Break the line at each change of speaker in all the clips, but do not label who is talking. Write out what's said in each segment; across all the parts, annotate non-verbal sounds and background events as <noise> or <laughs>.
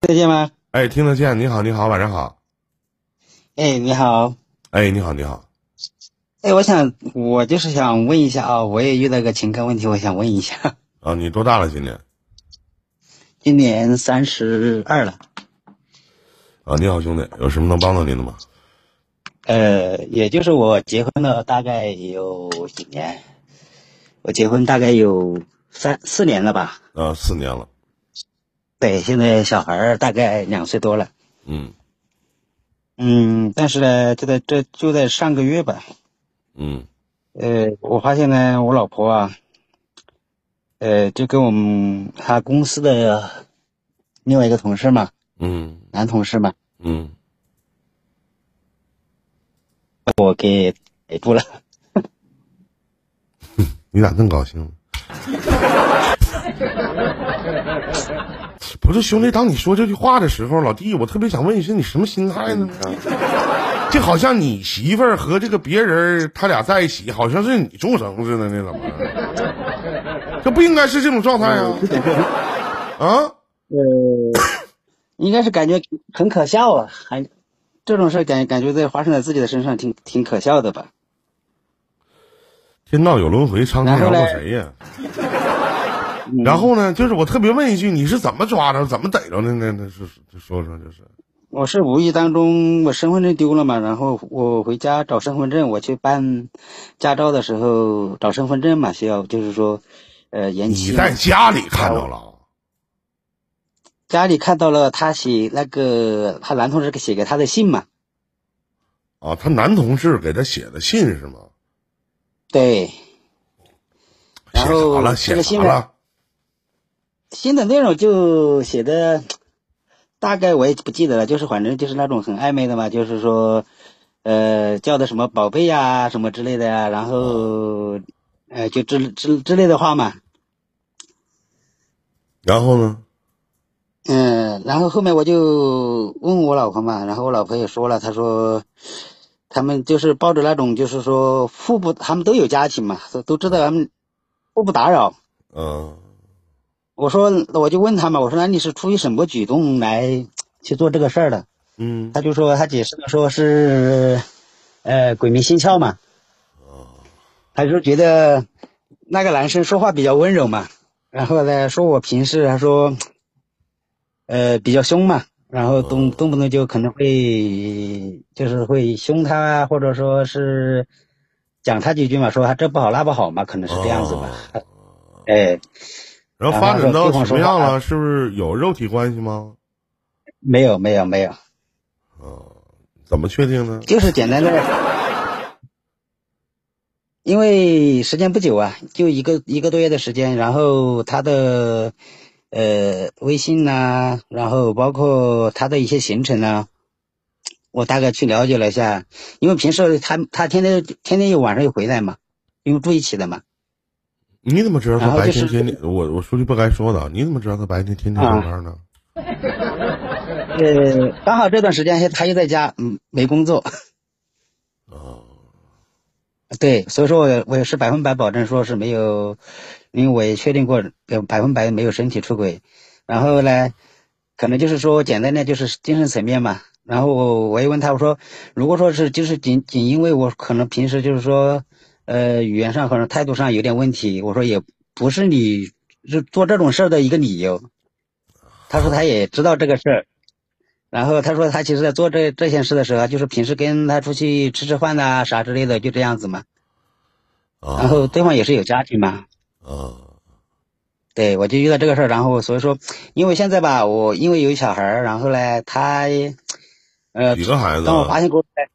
得见吗？
哎，听得见。你好，你好，晚上好。
哎，你好。
哎，你好，你好。
哎，我想，我就是想问一下啊，我也遇到个情感问题，我想问一下。
啊，你多大了？今年？
今年三十二了。
啊，你好，兄弟，有什么能帮到您的吗？
呃，也就是我结婚了大概有几年，我结婚大概有三四年了吧。
啊，四年了。
对，现在小孩儿大概两岁多了。
嗯
嗯，但是呢，就在这就在上个月吧，
嗯
呃，我发现呢，我老婆啊，呃，就跟我们她公司的另外一个同事嘛，
嗯
男同事嘛，
嗯。
我给逮住了。
你咋那么高兴呢？ <laughs> 不是兄弟，当你说这句话的时候，老弟，我特别想问一下，你什么心态呢？这好像你媳妇儿和这个别人儿他俩在一起，好像是你众生似的那怎么？这不应该是这种状态啊！啊，
<laughs> 呃，应该是感觉很可笑啊，还这种事儿感感觉在发生在自己的身上挺挺可笑的吧？
天道有轮回，苍天
然
饶
后嘞
过谁呀？
嗯
然后呢，就是我特别问一句，你是怎么抓着、怎么逮着的呢？那那是是说说就是，
我是无意当中我身份证丢了嘛，然后我回家找身份证，我去办驾照的时候找身份证嘛，需要就是说，呃，延期
你
嘛。
在家里看到了啊。
家里看到了他写那个他男同事写给他的信嘛，
啊，他男同事给他写的信是吗？
对，
写
然后
啥了？
这
写
个
啥
信呢
了？
新的内容就写的，大概我也不记得了，就是反正就是那种很暧昧的嘛，就是说，呃，叫的什么宝贝呀、什么之类的呀、然后，呃，就之之之类的话嘛，
然后呢？
嗯，然后后面我就问我老婆嘛，然后我老婆也说了，她说，他们就是抱着那种就是说互不，他们都有家庭嘛，都都知道他们互不打扰，
嗯、
我说，我就问他嘛，我说那你是出于什么举动来去做这个事儿的？
嗯，
他就说他解释了，说是呃鬼迷心窍嘛。他就觉得那个男生说话比较温柔嘛，然后呢说我平时他说呃比较凶嘛，然后动动不动就可能会就是会凶他啊，或者说是讲他几句嘛，说他这不好那不好嘛，可 <laughs> 能是这样子吧。哎，
啊
然
然后
后
发展到
对方
什
说
么样
话
了？是不是有肉体关系吗？啊
没有没有没有，
怎么确定呢？
就是简单的。因为时间不久啊，就一个一个多月的时间，然后他的呃微信呐、然后包括他的一些行程呐、我大概去了解了一下，因为平时他他天天天天有晚上又回来嘛，因为住一起的嘛，
你怎么知道他
然后
白
就
天
是
天天？我我说句不该说的啊，你怎么知道他白天天天上班呢？
呃，刚好这段时间他又在家，嗯，没工作，
啊，
对，所以说我我也是百分百保证说是没有，因为我也确定过有百分百没有身体出轨，然后呢，可能就是说简单的就是精神层面嘛。然后我我也问他，我说如果说是就是仅仅因为我可能平时就是说，呃，语言上可能态度上有点问题，我说也不是你就做这种事儿的一个理由。他说他也知道这个事儿，然后他说他其实在做这这件事的时候啊，就是平时跟他出去吃吃饭呐、啥之类的，就这样子嘛。然后
啊
对方也是有家庭嘛，
啊
对我就遇到这个事儿，然后所以说，因为现在吧，我因为有小孩儿，然后呢，他，呃
几，个孩子
当我
啊？
发现过来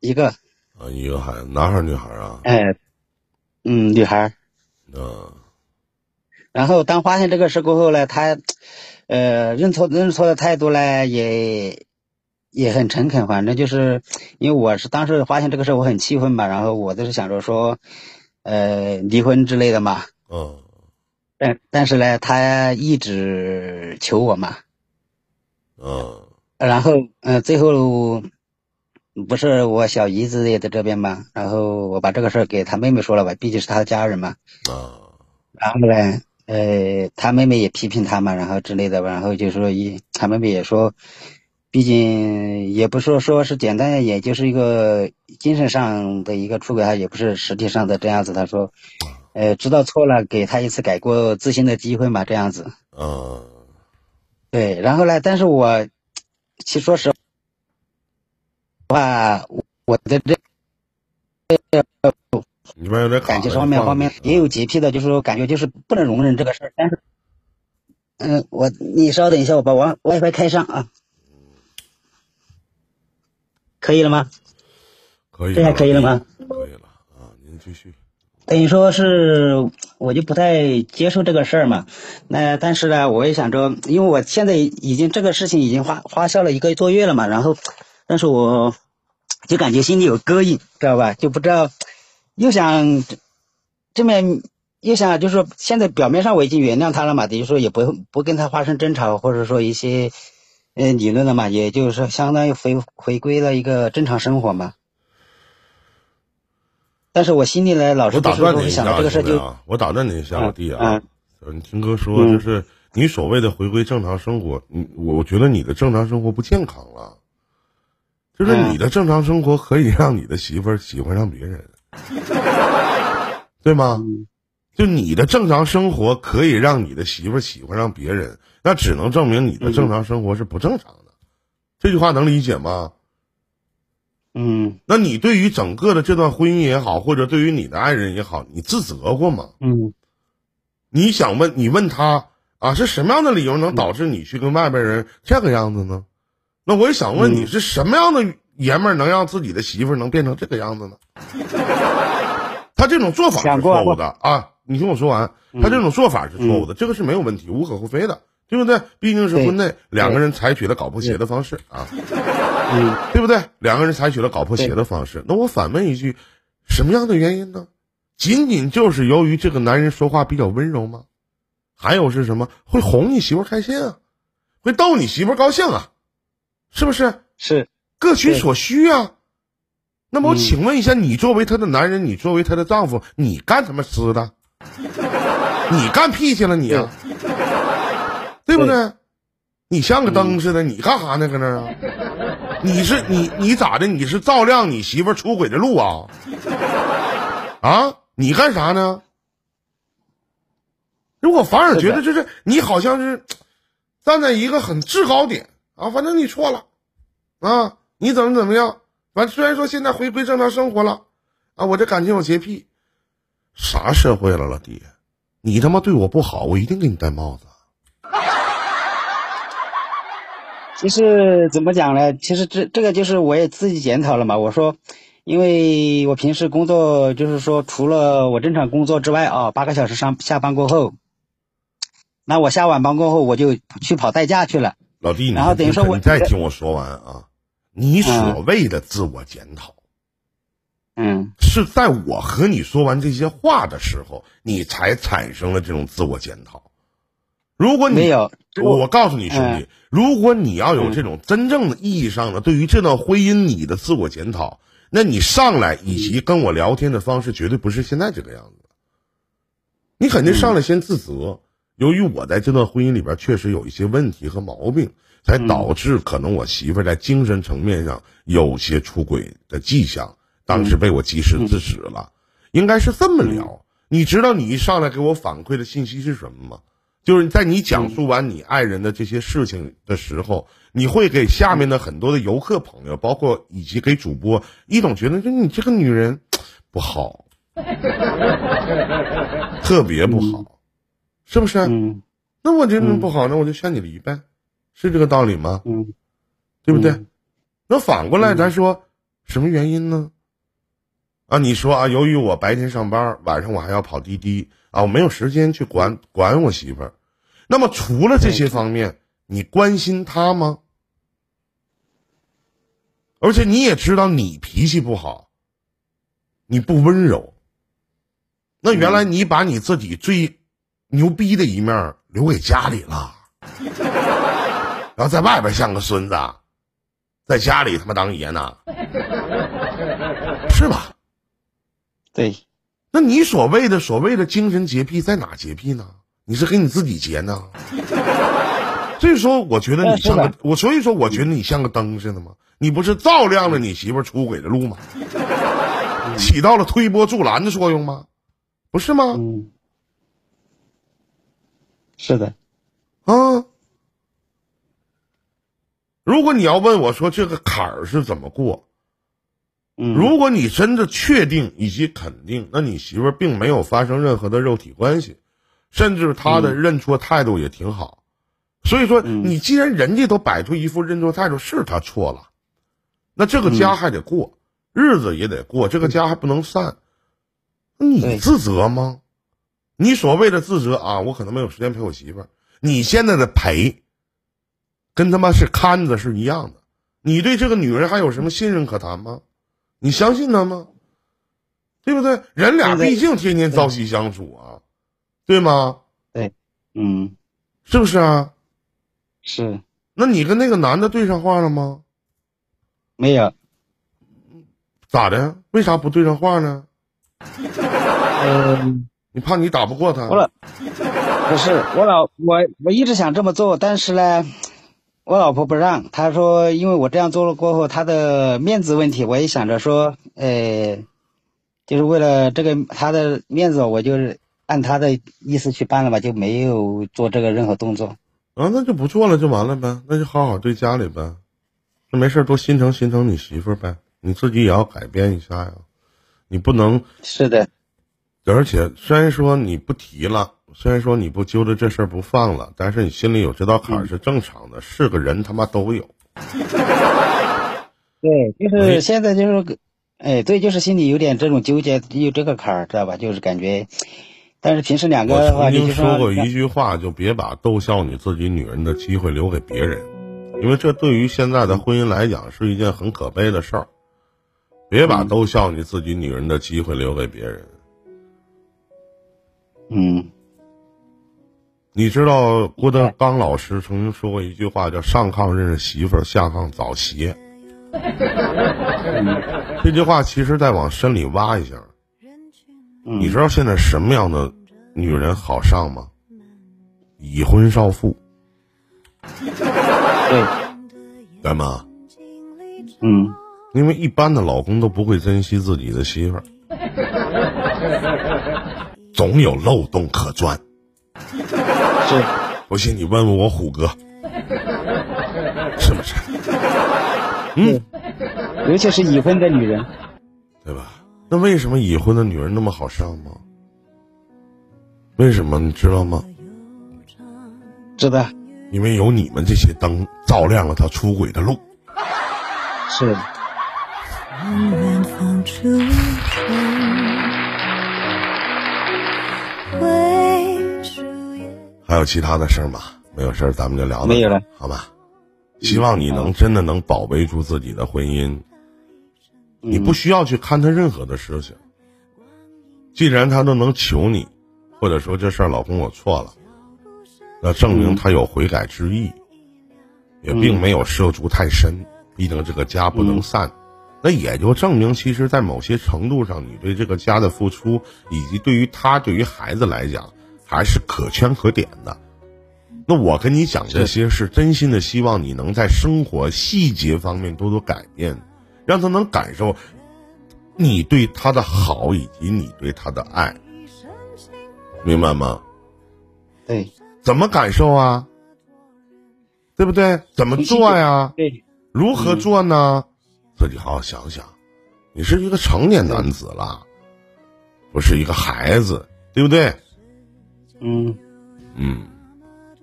一个，
啊，一个孩子，男孩儿女孩儿啊？
呃，嗯，女孩儿，
啊，
然后当发现这个事过后呢，他，呃，认错认错的态度呢，也也很诚恳，反正就是因为我是当时发现这个事儿，我很气愤嘛，然后我就是想着说，呃，离婚之类的嘛，
嗯、
但但是呢，他一直求我嘛。
嗯、
然后，呃，最后不是我小姨子也在这边嘛，然后我把这个事儿给她妹妹说了吧，毕竟是她的家人嘛。
啊
然后呢，呃，他妹妹也批评他嘛，然后之类的吧，然后就说一，他妹妹也说，毕竟也不是说是简单，也就是一个精神上的一个出轨，啊他也不是实体上的这样子。他说，呃，知道错了，给他一次改过自新的机会嘛，这样子。
嗯，
对，然后呢，但是我其实说实话，我的这
你这边有点卡了。
感情方面
你
方
放啊
面也有洁癖的，就是说感觉就是不能容忍这个事儿。但是，嗯，我你稍等一下，我把网 WiFi 开上啊，可以了吗？
可以，
这下可以了吗？
可以了啊，您继续。
等于说是我就不太接受这个事儿嘛。那但是呢，我也想着，因为我现在已经这个事情已经花花销了一个多月了嘛，然后，但是我就感觉心里有膈应，知道吧？就不知道，又想这么又想就是说，现在表面上我已经原谅他了嘛，等于说也不不跟他发生争吵，或者说一些呃理论了嘛，也就是说相当于回回归了一个正常生活嘛。但是我心里呢，老
我
是
打断
就是
您一
想
下
到
啊，
这个事儿
兄弟
就
啊，我打断您一下，
嗯
我弟啊，你听哥说，
嗯
就是你所谓的回归正常生活，你我我觉得你的正常生活不健康了，就是
嗯
你的正常生活可以让你的媳妇儿喜欢上别
<laughs>
人，对吗？
嗯
就你的正常生活可以让你的媳妇儿喜欢上别人，那只能证明你的正常生活是不正常的。这句话能理解吗？
嗯
那你对于整个的这段婚姻也好，或者对于你的爱人也好，你自责过吗？
嗯
你想问，你问他啊，是什么样的理由能导致你去跟外边人这个样子呢？那我也想问你，
嗯
是什么样的爷们儿能让自己的媳妇儿能变成这个样子呢？ <laughs> 他这种做法
想
是
过嗯
错误的啊！你听我说完，他这种做法是错误的，这个是没有问题，无可厚非的，对不对？毕竟是
对
婚内两个人采取了搞破鞋的方式啊。
嗯
对不对？两个人采取了搞破鞋的方式。那我反问一句，什么样的原因呢？仅仅就是由于这个男人说话比较温柔吗？还有是什么？会哄你媳妇儿开心啊，会逗你媳妇儿高兴啊，是不是？
是
各取
对
所需啊。那么我
嗯
请问一下，你作为她的男人，你作为她的丈夫，你干什么吃的？你干屁去了你啊？对不对？你像个灯似的，你干啥呢？搁那儿啊？你是你你咋的？你是照亮你媳妇儿出轨的路啊？啊？你干啥呢？如果反而觉得就是你好像是站在一个很制高点啊，反正你错了啊，你怎么怎么样？完，虽然说现在回归正常生活了啊，我这感情有洁癖，啥社会了，老弟？你他妈对我不好，我一定给你戴帽子。
其实怎么讲呢？其实这这个就是我也自己检讨了嘛。我说，因为我平时工作就是说，除了我正常工作之外啊，八个小时上下班过后，那我下晚班过后我就去跑代驾去了。
老弟，你
然后等于说我
你再听我说完啊，你所谓的自我检讨，
嗯
是在我和你说完这些话的时候，你才产生了这种自我检讨。如果你
没有
我我告诉你兄弟，如果你要有这种真正的意义上的对于这段婚姻你的自我检讨，那你上来以及跟我聊天的方式绝对不是现在这个样子。你肯定上来先自责，由于我在这段婚姻里边确实有一些问题和毛病，才导致可能我媳妇儿在精神层面上有些出轨的迹象，当时被我及时制止了。应该是这么聊。你知道你一上来给我反馈的信息是什么吗？就是在你讲述完你爱人的这些事情的时候，你会给下面的很多的游客朋友，包括以及给主播一种觉得，就你这个女人
<laughs>
不好，特别不好，是不是？
嗯
那我觉得不好，那我就劝你离呗，是这个道理吗？
嗯
对不对？
嗯
那反过来咱说，什么原因呢？啊，你说啊，由于我白天上班，晚上我还要跑滴滴啊，我没有时间去管管我媳妇儿。那么除了这些方面，你关心她吗？而且你也知道你脾气不好，你不温柔。那原来你把你自己最牛逼的一面儿留给家里了，然后在外边像个孙子，啊在家里他妈当爷呢， <laughs> 是吧？
对，
那你所谓的所谓的精神洁癖在哪洁癖呢？你是给你自己结呢？ <laughs> 所以说，我觉得你像
哎是
个
的
我，所以说我觉得你像个灯似的吗？你不是照亮了你媳妇儿出轨的路吗？
嗯
起到了推波助澜的作用吗？不是吗？
嗯，是的，嗯
啊，如果你要问我说这个坎儿是怎么过，
嗯，
如果你真的确定以及肯定，那你媳妇儿并没有发生任何的肉体关系，甚至她的认错态度也挺好，所以说
嗯
你既然人家都摆出一副认错态度，是她错了，那这个
嗯
家还得过，日子也得过，这个家还不能散，那你
对
自责吗？你所谓的自责啊，我可能没有时间陪我媳妇儿，你现在的陪，跟他妈是看着是一样的，你对这个女人还有什么信任可谈吗？你相信他吗？对不对？人俩
对对
毕竟天天朝夕相处啊，对吗？
嗯
是不是啊？
是
那你跟那个男的对上话了吗？
没有，
咋的？为啥不对上话呢？
嗯、
你怕你打不过他？
我老不是我老我我一直想这么做，但是呢，我老婆不让，她说因为我这样做了过后，她的面子问题，我也想着说，呃，就是为了这个她的面子，我就是按她的意思去办了吧，就没有做这个任何动作。
啊，那就不做了，就完了呗，那就好好对家里呗，那没事儿多心疼心疼你媳妇儿呗，你自己也要改变一下呀，你不能，
是的，
而且虽然说你不提了，虽然说你不揪着这事儿不放了，但是你心里有这道坎儿是正常的，是个人他妈都有，
对，就
没
是现在就是个，哎，对，就是心里有点这种纠结，有这个坎儿，知道吧？就是感觉，但是平时两个
我
的话，你
曾经
就
说过一
像
句话，就别把逗笑你自己女人的机会留给别人，因为这对于现在的婚姻来讲是一件很可悲的事儿。别把逗笑你自己女人的机会留给别人。
嗯，
你知道郭德纲老师曾经说过一句话，叫“上炕认识媳妇儿，下炕找鞋”。 <laughs> 这句话其实再往深里挖一下，
嗯
你知道现在什么样的女人好上吗？已婚少妇，
对，
对吗？
嗯，
因为一般的老公都不会珍惜自己的媳妇儿，总有漏洞可钻。
是，
不信你问问我虎哥， <laughs> 是不是？
尤其是已婚的女人，
对吧？那为什么已婚的女人那么好上吗？为什么你知道吗？
知道
因为有你们这些灯照亮了她出轨的路。
是，
远方出生，归属于。
还有其他的事儿吗？没有事儿，咱们就聊到
没有了，
好吧？希望你能真的能保卫住自己的婚姻，
嗯
你不需要去看他任何的事情。既然他都能求你，或者说这事儿老公我错了，那证
嗯
明他有悔改之意，也并没有涉足太深。毕竟这个家不能散，那也就证明，其实，在某些程度上，你对这个家的付出，以及对于他对于孩子来讲，还是可圈可点的。那我跟你讲这些，是真心的希望你能在生活细节方面多多改变，让他能感受你对他的好以及你对他的爱，明白吗？
对
怎么感受啊？对不对？怎么做呀？
对，
如何做呢？嗯自己好好想想。你是一个成年男子了，不是一个孩子，对不对？
嗯，
嗯，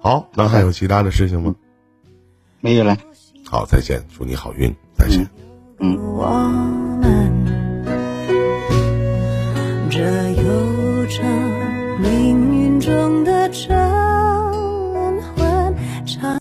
好，那还有其他的事情吗？
没有了，
好，再见，祝你好运，再见。
我们这悠长凌云中